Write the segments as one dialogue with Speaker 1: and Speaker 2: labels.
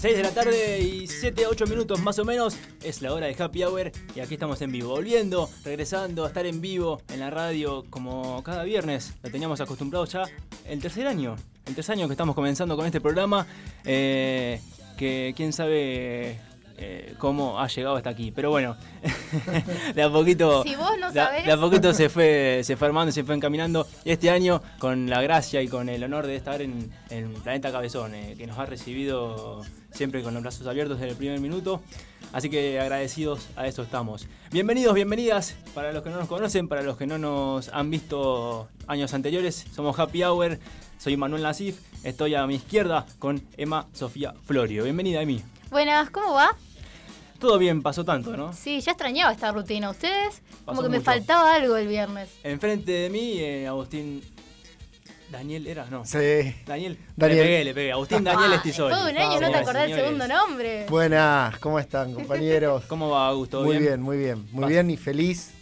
Speaker 1: 6 de la tarde y 7, 8 minutos más o menos es la hora de Happy Hour y aquí estamos en vivo, volviendo, regresando a estar en vivo en la radio como cada viernes, lo teníamos acostumbrado ya el tercer año, el tercer año que estamos comenzando con este programa, eh, que quién sabe eh, cómo ha llegado hasta aquí, pero bueno, de a poquito...
Speaker 2: Si vos no
Speaker 1: De a-
Speaker 2: sabés.
Speaker 1: de a poquito se fue, se fue armando, se fue encaminando. Y este año, con la gracia y con el honor de estar en, en Planeta Cabezón, eh, que nos ha recibido siempre con los brazos abiertos desde el primer minuto. Así que agradecidos a eso estamos. Bienvenidos, bienvenidas. Para los que no nos conocen, para los que no nos han visto años anteriores, somos Happy Hour. Soy Manuel Nasif. Estoy a mi izquierda con Emma Sofía Florio. Bienvenida a mí.
Speaker 2: Buenas, ¿cómo va?
Speaker 1: Todo bien, pasó tanto, ¿no?
Speaker 2: Sí, ya extrañaba esta rutina. ¿Ustedes?
Speaker 1: Pasó
Speaker 2: Como que me
Speaker 1: mucho.
Speaker 2: faltaba algo el viernes.
Speaker 1: Enfrente de mí, eh, Agustín. ¿Daniel era? No.
Speaker 3: Sí.
Speaker 1: Daniel.
Speaker 3: Daniel.
Speaker 1: Le pegué, le pegué. Agustín Daniel
Speaker 2: Ay,
Speaker 1: Estizoli.
Speaker 2: Ah, Todo un año no te
Speaker 1: Vamos,
Speaker 2: acordás el
Speaker 1: señores.
Speaker 2: segundo nombre.
Speaker 3: Buenas, ¿cómo están, compañeros?
Speaker 1: ¿Cómo va, Augusto?
Speaker 3: muy bien, muy bien. Muy
Speaker 1: Vas.
Speaker 3: bien y feliz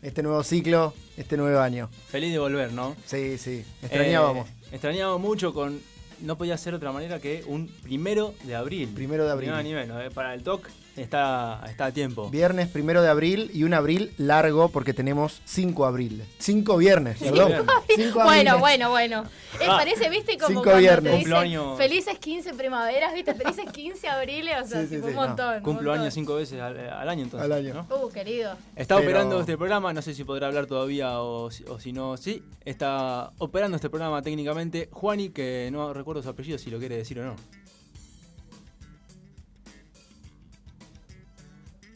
Speaker 3: este nuevo ciclo, este nuevo año.
Speaker 1: Feliz de volver, ¿no?
Speaker 3: Sí, sí, extrañábamos.
Speaker 1: Eh, extrañábamos mucho con. No podía ser de otra manera que un primero de abril.
Speaker 3: Primero de abril.
Speaker 1: Ni más ni menos, eh, Para el TOC está, está a tiempo.
Speaker 3: Viernes primero de abril y un abril largo porque tenemos 5 abril. 5 viernes,
Speaker 1: Cinco
Speaker 3: perdón.
Speaker 1: viernes.
Speaker 3: Cinco
Speaker 2: Bueno,
Speaker 3: abriles.
Speaker 2: bueno, bueno. Eh,
Speaker 1: Ah,
Speaker 2: parece, viste, como
Speaker 3: cinco
Speaker 2: cuando
Speaker 3: viernes.
Speaker 2: te dicen
Speaker 1: Cumpleaños.
Speaker 2: felices 15 primaveras, viste, felices 15 abriles, o sea,
Speaker 3: Sí, sí,
Speaker 2: tipo
Speaker 3: sí,
Speaker 2: un
Speaker 3: no.
Speaker 2: montón. un
Speaker 1: Cumplo
Speaker 2: montón.
Speaker 1: años cinco veces al, al año entonces.
Speaker 3: Al año.
Speaker 1: ¿no?
Speaker 2: Uh, querido.
Speaker 1: Está
Speaker 3: Pero-
Speaker 1: operando este programa, no sé si podrá hablar todavía o, si- o si no, sí. Está operando este programa técnicamente Juani, que no recuerdo su apellido si lo quiere decir o no.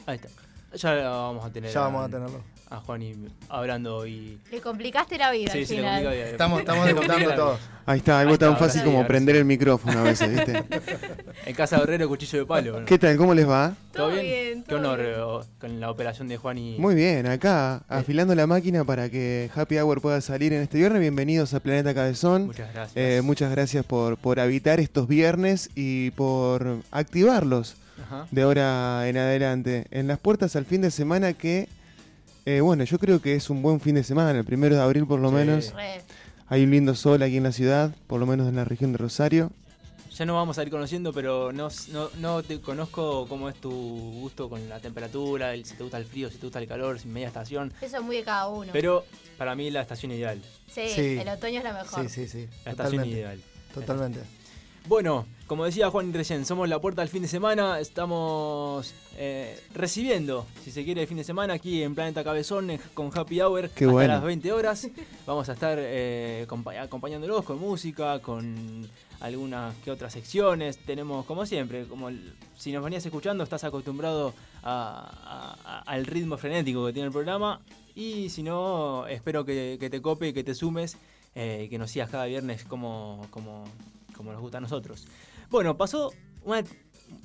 Speaker 1: Ahí está. Ya lo vamos a tener.
Speaker 3: Ya vamos a tenerlo.
Speaker 1: A Juani hablando y.
Speaker 2: Le complicaste la vida al
Speaker 1: Sí, sí, le
Speaker 2: final.
Speaker 1: complica bien.
Speaker 3: Estamos, estamos
Speaker 1: Le complica
Speaker 3: debutando
Speaker 1: la
Speaker 3: todos.
Speaker 4: Ahí está,
Speaker 1: Ahí
Speaker 4: algo
Speaker 1: está,
Speaker 4: tan
Speaker 1: ahora
Speaker 4: fácil
Speaker 1: sí,
Speaker 4: como
Speaker 1: ahora
Speaker 4: prender el micrófono a veces, ¿viste?
Speaker 1: vida. En casa de Herrero, cuchillo de palo. ¿no?
Speaker 4: ¿Qué tal? ¿Cómo les va?
Speaker 2: Todo bien,
Speaker 1: Qué
Speaker 2: todo
Speaker 1: honor
Speaker 2: bien.
Speaker 1: eh, con la operación de Juani.
Speaker 4: Muy bien, acá, afilando la máquina para que Happy Hour pueda salir en este viernes. Bienvenidos a Planeta Cabezón.
Speaker 1: Muchas gracias.
Speaker 4: Eh, muchas gracias por, por habitar estos viernes y por activarlos
Speaker 1: Ajá.
Speaker 4: de ahora en adelante. En las puertas al fin de semana que, eh, bueno, yo creo que es un buen fin de semana, el primero de abril por lo
Speaker 1: Sí.
Speaker 4: menos.
Speaker 2: Re.
Speaker 4: Hay un lindo sol aquí en la ciudad, por lo menos en la región de Rosario.
Speaker 1: Ya nos vamos a ir conociendo, pero no, no, no te conozco cómo es tu gusto con la temperatura, el- si te gusta el frío, si te gusta el calor, si media estación.
Speaker 2: Eso es muy de cada uno.
Speaker 1: Pero para mí la estación ideal.
Speaker 2: sí,
Speaker 3: Sí.
Speaker 2: el otoño es la mejor.
Speaker 3: Sí, sí, sí.
Speaker 1: La estación
Speaker 3: Totalmente.
Speaker 1: ideal.
Speaker 3: Totalmente.
Speaker 1: Bueno, como decía Juan recién, somos la puerta al fin de semana. Estamos eh, recibiendo, si se quiere, el fin de semana aquí en Planeta Cabezón eh, con Happy Hour
Speaker 4: Qué
Speaker 1: hasta
Speaker 4: bueno.
Speaker 1: las 20 horas. Vamos a estar eh, compa- acompañándolos con música, con algunas que otras secciones. Tenemos, como siempre, como el- si nos venías escuchando, estás acostumbrado a- a- a- al ritmo frenético que tiene el programa. Y si no, espero que, que te cope, que te sumes, eh, que nos sigas cada viernes como, como, como nos gusta a nosotros. Bueno, pasó una,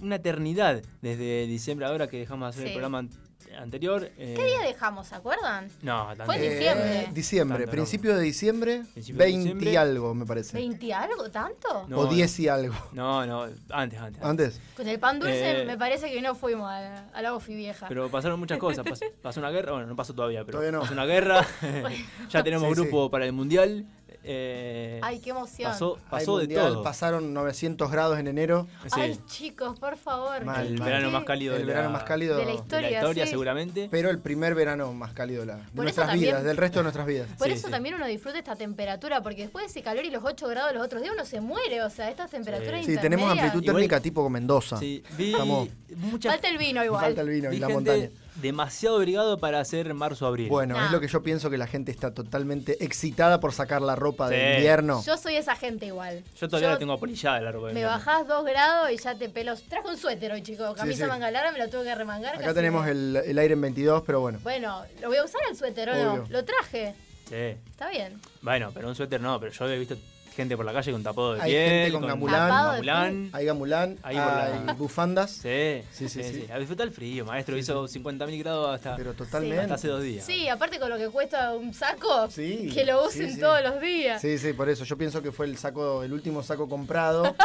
Speaker 1: una eternidad desde diciembre ahora que dejamos de hacer
Speaker 2: Sí.
Speaker 1: el programa an- anterior. eh,
Speaker 2: ¿Qué día dejamos, se acuerdan?
Speaker 1: No, tanto.
Speaker 2: Fue en diciembre.
Speaker 3: Eh, diciembre,
Speaker 1: Tanto, no.
Speaker 3: principio de diciembre,
Speaker 1: Principio de
Speaker 3: 20 y
Speaker 1: diciembre.
Speaker 3: algo, me parece.
Speaker 2: ¿20 algo? ¿Tanto?
Speaker 1: No,
Speaker 3: o
Speaker 1: no.
Speaker 3: 10 y algo.
Speaker 1: No, no, antes, antes. antes.
Speaker 3: Antes.
Speaker 2: Con el pan dulce
Speaker 1: Eh.
Speaker 2: me parece que no fuimos a, a la bofi vieja.
Speaker 1: Pero pasaron muchas cosas. pas- pasó una guerra, bueno, no pasó todavía, pero
Speaker 3: Todavía no.
Speaker 1: pasó una guerra. ya tenemos
Speaker 3: Sí, sí.
Speaker 1: grupo para el mundial. eh,
Speaker 2: Ay, qué emoción.
Speaker 1: pasó
Speaker 3: Hay
Speaker 1: pasó de
Speaker 3: mundial,
Speaker 1: todo.
Speaker 3: Pasaron 900 grados en enero.
Speaker 1: Sí,
Speaker 2: Ay, chicos, por favor.
Speaker 3: Mal,
Speaker 2: ¿qué-
Speaker 1: el
Speaker 3: mal.
Speaker 1: verano
Speaker 2: qué-
Speaker 1: más cálido
Speaker 3: El
Speaker 1: de
Speaker 3: verano
Speaker 1: la-
Speaker 3: más cálido
Speaker 2: de la
Speaker 3: de
Speaker 1: de la
Speaker 2: Historia,
Speaker 1: historia
Speaker 2: sí.
Speaker 1: seguramente.
Speaker 3: Pero el primer verano más cálido de, la- de
Speaker 2: Por eso
Speaker 3: nuestras
Speaker 2: también-
Speaker 3: vidas, del resto de nuestras vidas.
Speaker 2: Por
Speaker 1: Sí,
Speaker 2: eso
Speaker 1: sí.
Speaker 2: también uno disfruta esta temperatura, porque después de ese calor y los 8 grados los otros días uno se muere, o sea, estas temperaturas
Speaker 3: Sí, tenemos
Speaker 2: intermedias-
Speaker 3: amplitud
Speaker 1: Igual-
Speaker 3: térmica tipo Mendoza.
Speaker 1: Sí, vi
Speaker 3: Estamos-
Speaker 1: muchas
Speaker 2: Falta el vino igual.
Speaker 3: Falta el vino
Speaker 1: vi
Speaker 3: y la
Speaker 1: gente
Speaker 3: montaña.
Speaker 1: demasiado abrigado para hacer marzo-abril.
Speaker 3: Bueno,
Speaker 2: Nah.
Speaker 3: es lo que yo pienso que la gente está totalmente excitada por sacar la ropa
Speaker 1: Sí.
Speaker 3: de invierno.
Speaker 2: Yo soy esa gente igual.
Speaker 1: Yo todavía la tengo pues, apolillada la ropa de
Speaker 2: Me
Speaker 1: invierno.
Speaker 2: bajás 2 grados y ya te pelos. Trajo un suéter hoy, chicos. Camisa
Speaker 3: sí.
Speaker 2: manga larga, me la tuve que remangar.
Speaker 3: Acá
Speaker 2: casi
Speaker 3: tenemos
Speaker 2: me-
Speaker 3: el, el aire en 22, pero bueno.
Speaker 2: Bueno, lo voy a usar el suéter, ¿o no?
Speaker 3: Obvio.
Speaker 2: Lo traje.
Speaker 1: Sí.
Speaker 2: Está bien.
Speaker 1: Bueno, pero un suéter no, pero yo he visto gente por la calle con tapado de
Speaker 3: Hay
Speaker 1: piel,
Speaker 3: gente con gamulán.
Speaker 2: Tapado de
Speaker 1: gamulán.
Speaker 3: Hay gamulán,
Speaker 1: Ahí
Speaker 3: hay
Speaker 1: por la-
Speaker 3: bufandas,
Speaker 1: Sí, sí,
Speaker 3: Sí,
Speaker 1: sí,
Speaker 3: sí, sí.
Speaker 1: A disfrutar el frío, maestro. Hizo 50.000 grados hasta,
Speaker 3: pero
Speaker 1: hasta
Speaker 3: totalmente.
Speaker 1: hace dos días.
Speaker 2: Sí, aparte con lo que cuesta un saco,
Speaker 3: Sí,
Speaker 2: que lo
Speaker 3: sí,
Speaker 2: usen
Speaker 3: sí.
Speaker 2: todos los días.
Speaker 3: Sí, sí, por eso. Yo pienso que fue el saco, el último saco comprado.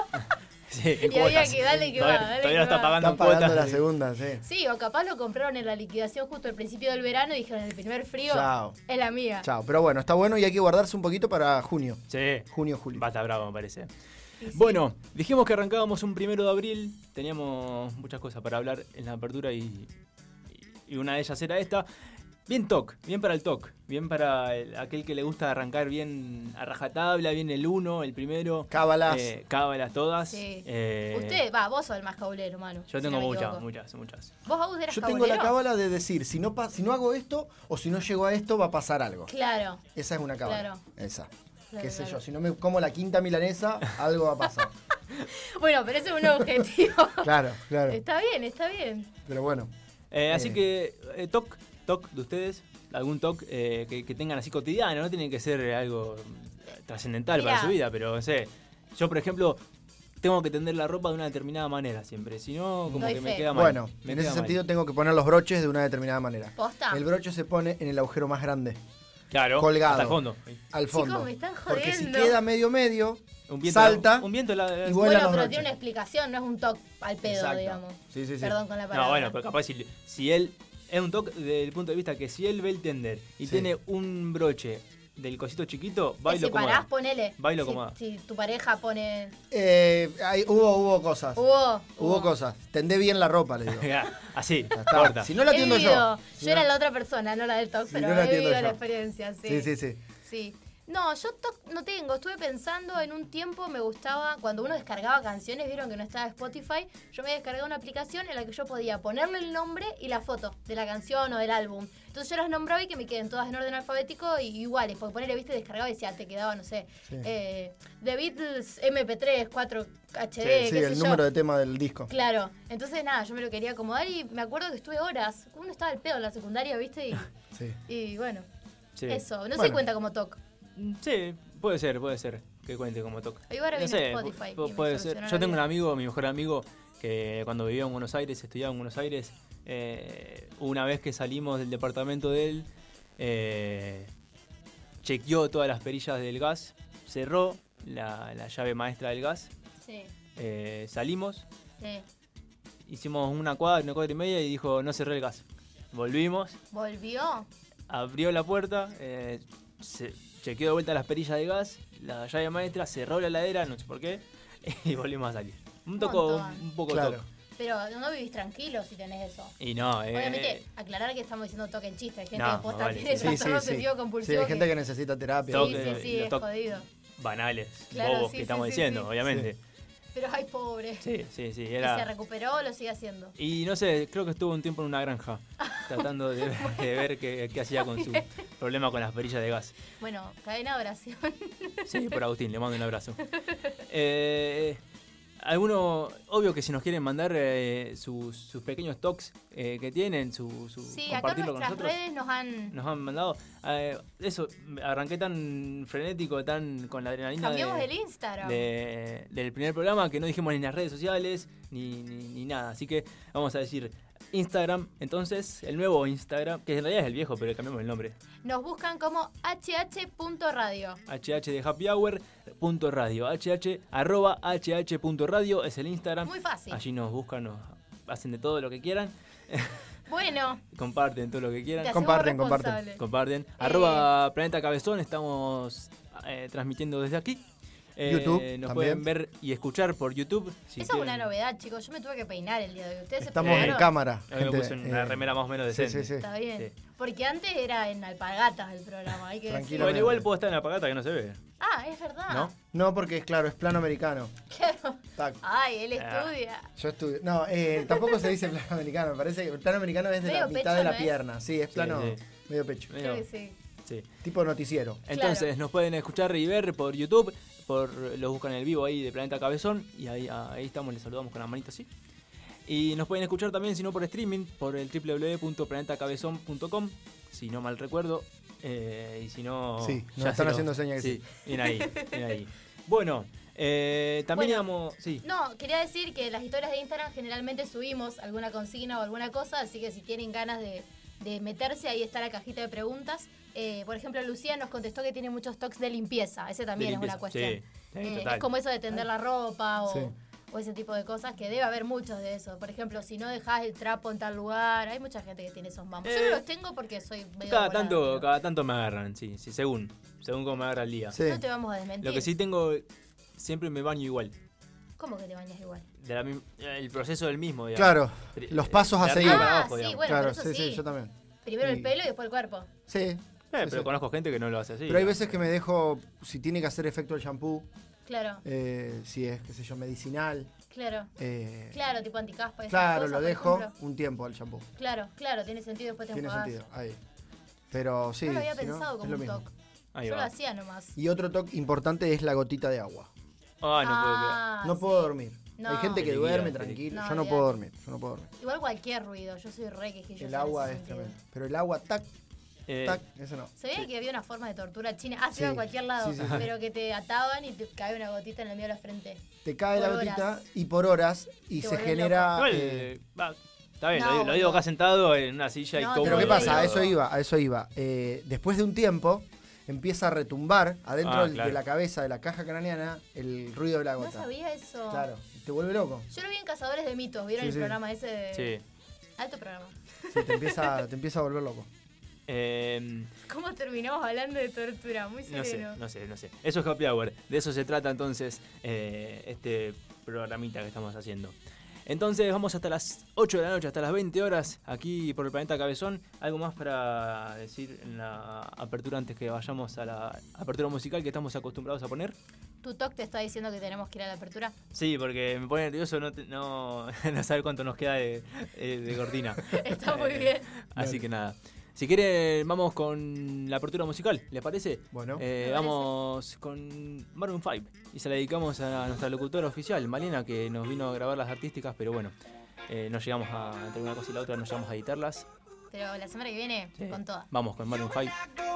Speaker 1: Sí, en
Speaker 2: Y había
Speaker 1: cuotas.
Speaker 2: que darle que va,
Speaker 1: todavía,
Speaker 2: dale
Speaker 1: todavía
Speaker 2: que
Speaker 1: lo está
Speaker 2: va.
Speaker 1: pagando
Speaker 3: Está
Speaker 1: en cuotas.
Speaker 3: pagando la segunda, sí.
Speaker 2: Sí, o capaz lo compraron en la liquidación justo al principio del verano y dijeron el primer frío
Speaker 3: Chao.
Speaker 2: es la mía.
Speaker 3: Chao. Pero bueno, está bueno y hay que guardarse un poquito para junio.
Speaker 1: Sí.
Speaker 3: Junio, julio.
Speaker 1: Basta bravo, me parece. Bueno, dijimos que arrancábamos un primero de abril, teníamos muchas cosas para hablar en la apertura y, y una de ellas era esta. Bien toc, bien para el toc, bien para el- aquel que le gusta arrancar bien a rajatabla, bien el uno, el primero.
Speaker 3: Cábalas.
Speaker 1: eh, cábalas todas.
Speaker 2: Sí.
Speaker 1: eh,
Speaker 2: Usted, va, vos sos el más cabulero, hermano.
Speaker 1: Yo
Speaker 2: si
Speaker 1: tengo
Speaker 2: no me
Speaker 1: muchas,
Speaker 2: equivoco.
Speaker 1: muchas, muchas.
Speaker 2: ¿Vos, Agus, eras
Speaker 3: Yo tengo
Speaker 2: cabulero?
Speaker 3: la cábala de decir, si no, pa- si no hago esto o si no llego a esto, va a pasar algo.
Speaker 2: Claro.
Speaker 3: Esa es una cábala.
Speaker 2: Claro.
Speaker 3: Esa.
Speaker 2: Claro,
Speaker 3: Qué sé
Speaker 2: claro.
Speaker 3: yo, si no me como la quinta milanesa, algo va a pasar.
Speaker 2: Bueno, pero ese es un objetivo.
Speaker 3: claro, claro.
Speaker 2: está bien, está bien.
Speaker 3: Pero bueno.
Speaker 1: Eh, Así
Speaker 3: Eh.
Speaker 1: que, eh, toc, toc de ustedes, algún toc eh, que, que tengan así cotidiano, no tiene que ser algo eh, trascendental para
Speaker 2: Mirá.
Speaker 1: su vida, pero no sé. Yo, por ejemplo, tengo que tender la ropa de una determinada manera siempre, si no, como
Speaker 2: Doy
Speaker 1: que
Speaker 2: fe.
Speaker 1: me queda mal.
Speaker 3: Bueno,
Speaker 1: me
Speaker 3: en
Speaker 1: queda
Speaker 3: ese
Speaker 1: mal.
Speaker 3: sentido tengo que poner los broches de una determinada manera.
Speaker 2: Posta.
Speaker 3: El broche se pone en el agujero más grande,
Speaker 1: Claro,
Speaker 3: colgado.
Speaker 1: hasta el fondo.
Speaker 3: al fondo.
Speaker 2: me están
Speaker 3: Porque si
Speaker 2: jodiendo.
Speaker 3: queda medio medio,
Speaker 1: Un viento,
Speaker 3: salta
Speaker 1: Un viento la-
Speaker 3: y
Speaker 2: Bueno,
Speaker 3: vuela
Speaker 2: pero
Speaker 3: los broches.
Speaker 2: tiene una explicación, no es un toque al pedo,
Speaker 3: Exacto.
Speaker 2: digamos.
Speaker 3: Sí, sí, sí.
Speaker 2: Perdón con la palabra.
Speaker 1: No, bueno, pero capaz si, si él. Es un toque desde el punto de vista que si él ve el tender y
Speaker 3: Sí.
Speaker 1: tiene un broche del cosito chiquito,
Speaker 2: Que
Speaker 1: bailo
Speaker 2: Eh, si
Speaker 1: como.
Speaker 2: parás, pues? ponele.
Speaker 1: Bailo
Speaker 2: si,
Speaker 1: acomoda.
Speaker 2: Si tu pareja pone.
Speaker 3: Eh, hay- hubo, hubo cosas. Hubo,
Speaker 2: Hubo.
Speaker 3: cosas. Tendé bien la ropa, le digo.
Speaker 1: Así,
Speaker 3: Ya está.
Speaker 1: corta.
Speaker 3: Si no la
Speaker 2: He
Speaker 3: atiendo
Speaker 2: vivido-
Speaker 3: yo.
Speaker 2: Yo era la otra persona, no la del toque,
Speaker 3: Si
Speaker 2: pero
Speaker 3: no la
Speaker 2: he
Speaker 3: atiendo
Speaker 2: vivido
Speaker 3: yo.
Speaker 2: la experiencia, sí.
Speaker 3: Sí, sí, sí.
Speaker 2: Sí. No, yo toc no tengo. Estuve pensando en un tiempo, me gustaba, cuando uno descargaba canciones, vieron que no estaba Spotify, yo me descargaba una aplicación en la que yo podía ponerle el nombre y la foto de la canción o del álbum. Entonces yo las nombraba y que me queden todas en orden alfabético y iguales, porque ponerle, viste, descargaba y decía, "Ah, te quedaba, no sé,
Speaker 3: Sí.
Speaker 2: eh, The Beatles MP3, 4 HD, qué
Speaker 1: Sí,
Speaker 3: Sí,
Speaker 2: sé
Speaker 3: el
Speaker 2: yo.
Speaker 3: número de tema del disco.
Speaker 2: Claro, entonces nada, yo me lo quería acomodar y me acuerdo que estuve horas. Uno estaba al pedo en la secundaria, viste, y,
Speaker 3: Sí.
Speaker 2: y bueno,
Speaker 1: Sí.
Speaker 2: eso. No se
Speaker 3: Bueno.
Speaker 2: cuenta como toc.
Speaker 1: Mm, Sí, puede ser, puede ser que cuente como toca.
Speaker 2: Ahí ahora
Speaker 1: No
Speaker 2: viene
Speaker 1: sé,
Speaker 2: Spotify
Speaker 1: pu-
Speaker 2: y me
Speaker 1: puede ser.
Speaker 2: solucionó la
Speaker 1: Yo tengo un
Speaker 2: vida.
Speaker 1: amigo, mi mejor amigo, que cuando vivía en Buenos Aires, estudiaba en Buenos Aires, eh, una vez que salimos del departamento de él, eh, chequeó todas las perillas del gas, cerró la, la llave maestra del gas,
Speaker 2: Sí,
Speaker 1: eh, salimos,
Speaker 2: sí.
Speaker 1: hicimos una cuadra, una cuadra y media y dijo, no cerré el gas. Volvimos,
Speaker 2: Volvió.
Speaker 1: abrió la puerta, eh, se chequeó de vuelta las perillas de gas, la llave maestra, cerró la heladera, no sé por qué, y volvimos a salir. Un toco,
Speaker 2: Montón.
Speaker 1: un poco
Speaker 3: Claro.
Speaker 1: toco.
Speaker 2: Pero no vivís tranquilo si tenés eso.
Speaker 1: Y no, eh,
Speaker 2: Obviamente, aclarar que estamos diciendo toque en chiste. Hay gente
Speaker 1: No,
Speaker 2: que posta
Speaker 1: vale,
Speaker 2: tiene
Speaker 1: sí,
Speaker 3: Sí, sí,
Speaker 2: trastorno
Speaker 3: sí.
Speaker 2: obsesivo
Speaker 3: Sí,
Speaker 2: compulsivo.
Speaker 3: hay gente que necesita terapia.
Speaker 2: Sí,
Speaker 1: Toque,
Speaker 2: sí, sí,
Speaker 1: los
Speaker 2: es
Speaker 1: toque.
Speaker 2: jodido.
Speaker 1: banales,
Speaker 2: Claro,
Speaker 1: bobos
Speaker 2: sí,
Speaker 1: que
Speaker 2: sí,
Speaker 1: estamos
Speaker 2: sí,
Speaker 1: diciendo,
Speaker 2: sí.
Speaker 1: obviamente.
Speaker 2: Pero ay, pobre.
Speaker 1: Sí, sí, sí,
Speaker 2: Y se
Speaker 1: era...
Speaker 2: recuperó lo sigue haciendo.
Speaker 1: Y no sé, creo que estuvo un tiempo en una granja, tratando de, de ver qué, qué hacía con su problema con las perillas de gas.
Speaker 2: Bueno, cadena de oración.
Speaker 1: Sí, por Agustín, le mando un abrazo. Eh, alguno, obvio que si nos quieren mandar eh, sus, sus pequeños talks eh, que tienen, su, su-
Speaker 2: Sí, acá en
Speaker 1: compartirlo con
Speaker 2: nuestras
Speaker 1: nosotros,
Speaker 2: redes nos han.
Speaker 1: nos han mandado. Eh, eso, arranqué tan frenético, tan con la adrenalina
Speaker 2: Cambiamos
Speaker 1: de-
Speaker 2: el Instagram.
Speaker 1: de- del primer programa que no dijimos ni en las redes sociales ni, ni- ni nada. Así que vamos a decir Instagram, entonces, el nuevo Instagram, que en realidad es el viejo, pero le cambiamos el nombre.
Speaker 2: Nos buscan como hh.radio.
Speaker 1: hh de happy hour punto radio hh arroba hh punto radio es el Instagram
Speaker 2: Muy fácil.
Speaker 1: Ah, allí nos buscan nos hacen de todo lo que quieran
Speaker 2: Bueno,
Speaker 1: comparten todo lo que
Speaker 2: te
Speaker 1: quieran
Speaker 2: hacemos
Speaker 3: Comparten, comparten.
Speaker 2: responsable.
Speaker 1: comparten arroba planeta cabezón estamos eh, transmitiendo desde aquí Eh,
Speaker 3: YouTube
Speaker 1: nos
Speaker 3: también.
Speaker 1: pueden ver y escuchar por YouTube si
Speaker 2: Esa es
Speaker 1: quieren.
Speaker 2: una novedad, chicos. Yo me tuve que peinar el día de hoy. Ustedes
Speaker 3: Estamos
Speaker 2: se
Speaker 1: Eh,
Speaker 3: en
Speaker 2: peinaron.
Speaker 3: cámara.
Speaker 1: Hoy me
Speaker 3: gente,
Speaker 1: puse pues, una
Speaker 3: eh,
Speaker 1: remera más o menos
Speaker 3: Sí,
Speaker 1: decente
Speaker 3: sí, sí.
Speaker 2: Está bien.
Speaker 1: Sí.
Speaker 2: Porque antes era en alpargatas el programa, hay que
Speaker 3: Tranquilo.
Speaker 1: bueno
Speaker 2: decirlo.
Speaker 1: igual puedo estar en la pagata que no se ve
Speaker 2: Ah, es verdad.
Speaker 1: ¿No?
Speaker 3: No, porque es claro, es plano americano.
Speaker 2: Claro.
Speaker 3: Tac.
Speaker 2: Ay, él
Speaker 1: Ah.
Speaker 2: estudia.
Speaker 3: Yo estudio. No, eh, tampoco se dice plano americano. Me parece que el plano americano es de
Speaker 2: Medio
Speaker 3: la mitad
Speaker 2: pecho,
Speaker 3: de
Speaker 2: ¿no
Speaker 3: la
Speaker 2: es?
Speaker 3: pierna. Sí, es plano
Speaker 1: sí.
Speaker 3: medio pecho.
Speaker 2: Creo
Speaker 1: Medio-
Speaker 2: que sí.
Speaker 1: sí.
Speaker 3: Tipo noticiero.
Speaker 1: Entonces,
Speaker 2: Claro.
Speaker 1: nos pueden escuchar y ver por YouTube, por los buscan en el vivo ahí de Planeta Cabezón, y ahí, ahí estamos, les saludamos con la manita así. Y nos pueden escuchar también, si no por streaming, por el www.planetacabezón.com, si no mal recuerdo, eh, y si no...
Speaker 3: Sí, nos
Speaker 1: ya
Speaker 3: están
Speaker 1: se
Speaker 3: haciendo señas que sí.
Speaker 1: bien ahí, bien ahí. Bueno, eh, también
Speaker 2: Bueno.
Speaker 1: íbamos... Sí,
Speaker 2: No, quería decir que las historias de Instagram generalmente subimos alguna consigna o alguna cosa, así que si tienen ganas de, de meterse, ahí está la cajita de preguntas. Eh, por ejemplo, Lucía nos contestó que tiene muchos toques de limpieza. Ese
Speaker 1: de
Speaker 2: también
Speaker 1: limpieza.
Speaker 2: es una cuestión.
Speaker 1: Sí, sí,
Speaker 2: Eh,
Speaker 1: total.
Speaker 2: es como eso de tender la ropa o,
Speaker 3: Sí.
Speaker 2: o ese tipo de cosas, que debe haber muchos de eso. Por ejemplo, si no dejás el trapo en tal lugar, hay mucha gente que tiene esos mamos. Yo
Speaker 1: Eh,
Speaker 2: no los tengo porque soy medio
Speaker 1: Cada
Speaker 2: volada,
Speaker 1: tanto,
Speaker 2: pero
Speaker 1: cada tanto me agarran, sí, sí, según, según cómo me agarra el día.
Speaker 3: Sí.
Speaker 2: No te vamos a desmentir.
Speaker 1: Lo que sí tengo, siempre me baño igual.
Speaker 2: ¿Cómo que te bañas igual?
Speaker 1: De la mim- el proceso del mismo, digamos.
Speaker 3: Claro,
Speaker 1: Tri-
Speaker 3: los pasos
Speaker 1: de
Speaker 3: a
Speaker 1: arriba
Speaker 3: seguir.
Speaker 1: para
Speaker 2: Ah,
Speaker 1: abajo,
Speaker 2: sí,
Speaker 1: digamos.
Speaker 2: bueno,
Speaker 3: claro,
Speaker 2: eso
Speaker 3: sí,
Speaker 2: sí.
Speaker 3: sí, yo también.
Speaker 2: Primero
Speaker 3: Y-
Speaker 2: el pelo y después el cuerpo.
Speaker 3: Sí,
Speaker 1: Eh,
Speaker 3: sí,
Speaker 1: pero
Speaker 3: sí.
Speaker 1: conozco gente que no lo hace así.
Speaker 3: pero hay
Speaker 1: digamos.
Speaker 3: veces que me dejo, si tiene que hacer efecto el shampoo,
Speaker 2: Claro,
Speaker 3: eh, si es, qué sé yo, medicinal.
Speaker 2: claro.
Speaker 3: eh,
Speaker 2: Claro, tipo anticaspa. esas
Speaker 3: claro,
Speaker 2: cosas,
Speaker 3: lo
Speaker 2: por
Speaker 3: dejo
Speaker 2: ejemplo.
Speaker 3: un tiempo al shampoo.
Speaker 2: Claro, claro, tiene sentido después te
Speaker 3: Tiene
Speaker 2: enjuagás.
Speaker 3: sentido, ahí. Pero sí,
Speaker 2: no lo había
Speaker 3: si no,
Speaker 2: pensado
Speaker 3: es
Speaker 2: como
Speaker 3: lo
Speaker 2: un
Speaker 3: mismo.
Speaker 2: toque.
Speaker 1: Ahí
Speaker 2: Yo
Speaker 1: va.
Speaker 2: lo hacía nomás.
Speaker 3: Y otro toque importante es la gotita de agua.
Speaker 1: Ah, no puedo creer.
Speaker 2: Ah,
Speaker 3: no
Speaker 2: sí.
Speaker 3: puedo dormir.
Speaker 2: No.
Speaker 3: Hay gente que
Speaker 1: Te
Speaker 3: duerme
Speaker 1: liquida, te
Speaker 3: tranquilo.
Speaker 2: liquida. No,
Speaker 3: yo no puedo
Speaker 2: olvidate.
Speaker 3: dormir. Yo no puedo dormir.
Speaker 2: Igual cualquier ruido, yo soy re quejillosa en
Speaker 3: El agua
Speaker 2: ese
Speaker 3: es
Speaker 2: sentido.
Speaker 3: tremendo. Pero el agua, tac,
Speaker 1: Eh,
Speaker 3: tac, eso no.
Speaker 2: Sabía que había una forma de tortura china, ah, se iba a
Speaker 3: Sí,
Speaker 2: cualquier lado,
Speaker 3: sí, sí, sí.
Speaker 2: pero que te ataban y te cae una gotita en el medio de la frente.
Speaker 3: Te cae la
Speaker 2: Por
Speaker 3: gotita
Speaker 2: horas.
Speaker 3: y por horas y
Speaker 2: Te
Speaker 3: se
Speaker 2: volvés
Speaker 3: genera.
Speaker 1: igual,
Speaker 3: eh,
Speaker 1: eh, va, está bien,
Speaker 2: no,
Speaker 1: lo, digo- lo
Speaker 2: boludo.
Speaker 1: digo acá sentado en una silla y
Speaker 2: No,
Speaker 1: cómodo.
Speaker 3: pero ¿qué
Speaker 2: Bueno,
Speaker 3: pasa? A
Speaker 1: pero-
Speaker 3: eso iba, a eso iba. Eh, después de un tiempo empieza a retumbar adentro
Speaker 1: Ah,
Speaker 3: del-
Speaker 1: claro.
Speaker 3: de la cabeza, de la caja craneana, el ruido de la
Speaker 2: No
Speaker 3: gota.
Speaker 2: sabía eso.
Speaker 3: Claro, te vuelve loco.
Speaker 2: Yo lo vi en Cazadores de Mitos, ¿vieron
Speaker 3: Sí,
Speaker 2: el
Speaker 3: sí.
Speaker 2: programa ese? de-
Speaker 1: Sí.
Speaker 2: Alto programa.
Speaker 3: Sí, te, empieza, te empieza a volver loco.
Speaker 1: Eh,
Speaker 2: ¿Cómo terminamos hablando de tortura? Muy
Speaker 1: no sé,
Speaker 2: sereno.
Speaker 1: no sé, no sé. Eso es Happy Hour. De eso se trata entonces eh, este programita que estamos haciendo. Entonces vamos hasta las 8 de la noche, hasta las 20 horas, aquí por el planeta Cabezón. ¿Algo más para decir en la apertura antes que vayamos a la apertura musical que estamos acostumbrados a poner?
Speaker 2: Tu toc te está diciendo que tenemos que ir a la apertura.
Speaker 1: Sí, porque me pone nervioso no, te- no, no saber cuánto nos queda de, eh, de cortina. Eh.
Speaker 2: Está muy bien.
Speaker 1: Así que nada. Si quieren, vamos con la apertura musical, ¿les parece?
Speaker 3: Bueno.
Speaker 1: Eh,
Speaker 2: Me
Speaker 1: vamos con Maroon 5 y se la dedicamos a nuestra locutora oficial, Malena, que nos vino a grabar las artísticas, pero bueno, eh, no llegamos a, entre una cosa y la otra, no llegamos a editarlas.
Speaker 2: Pero la semana que viene,
Speaker 1: Eh,
Speaker 2: con toda.
Speaker 1: Vamos con Maroon 5.
Speaker 5: I go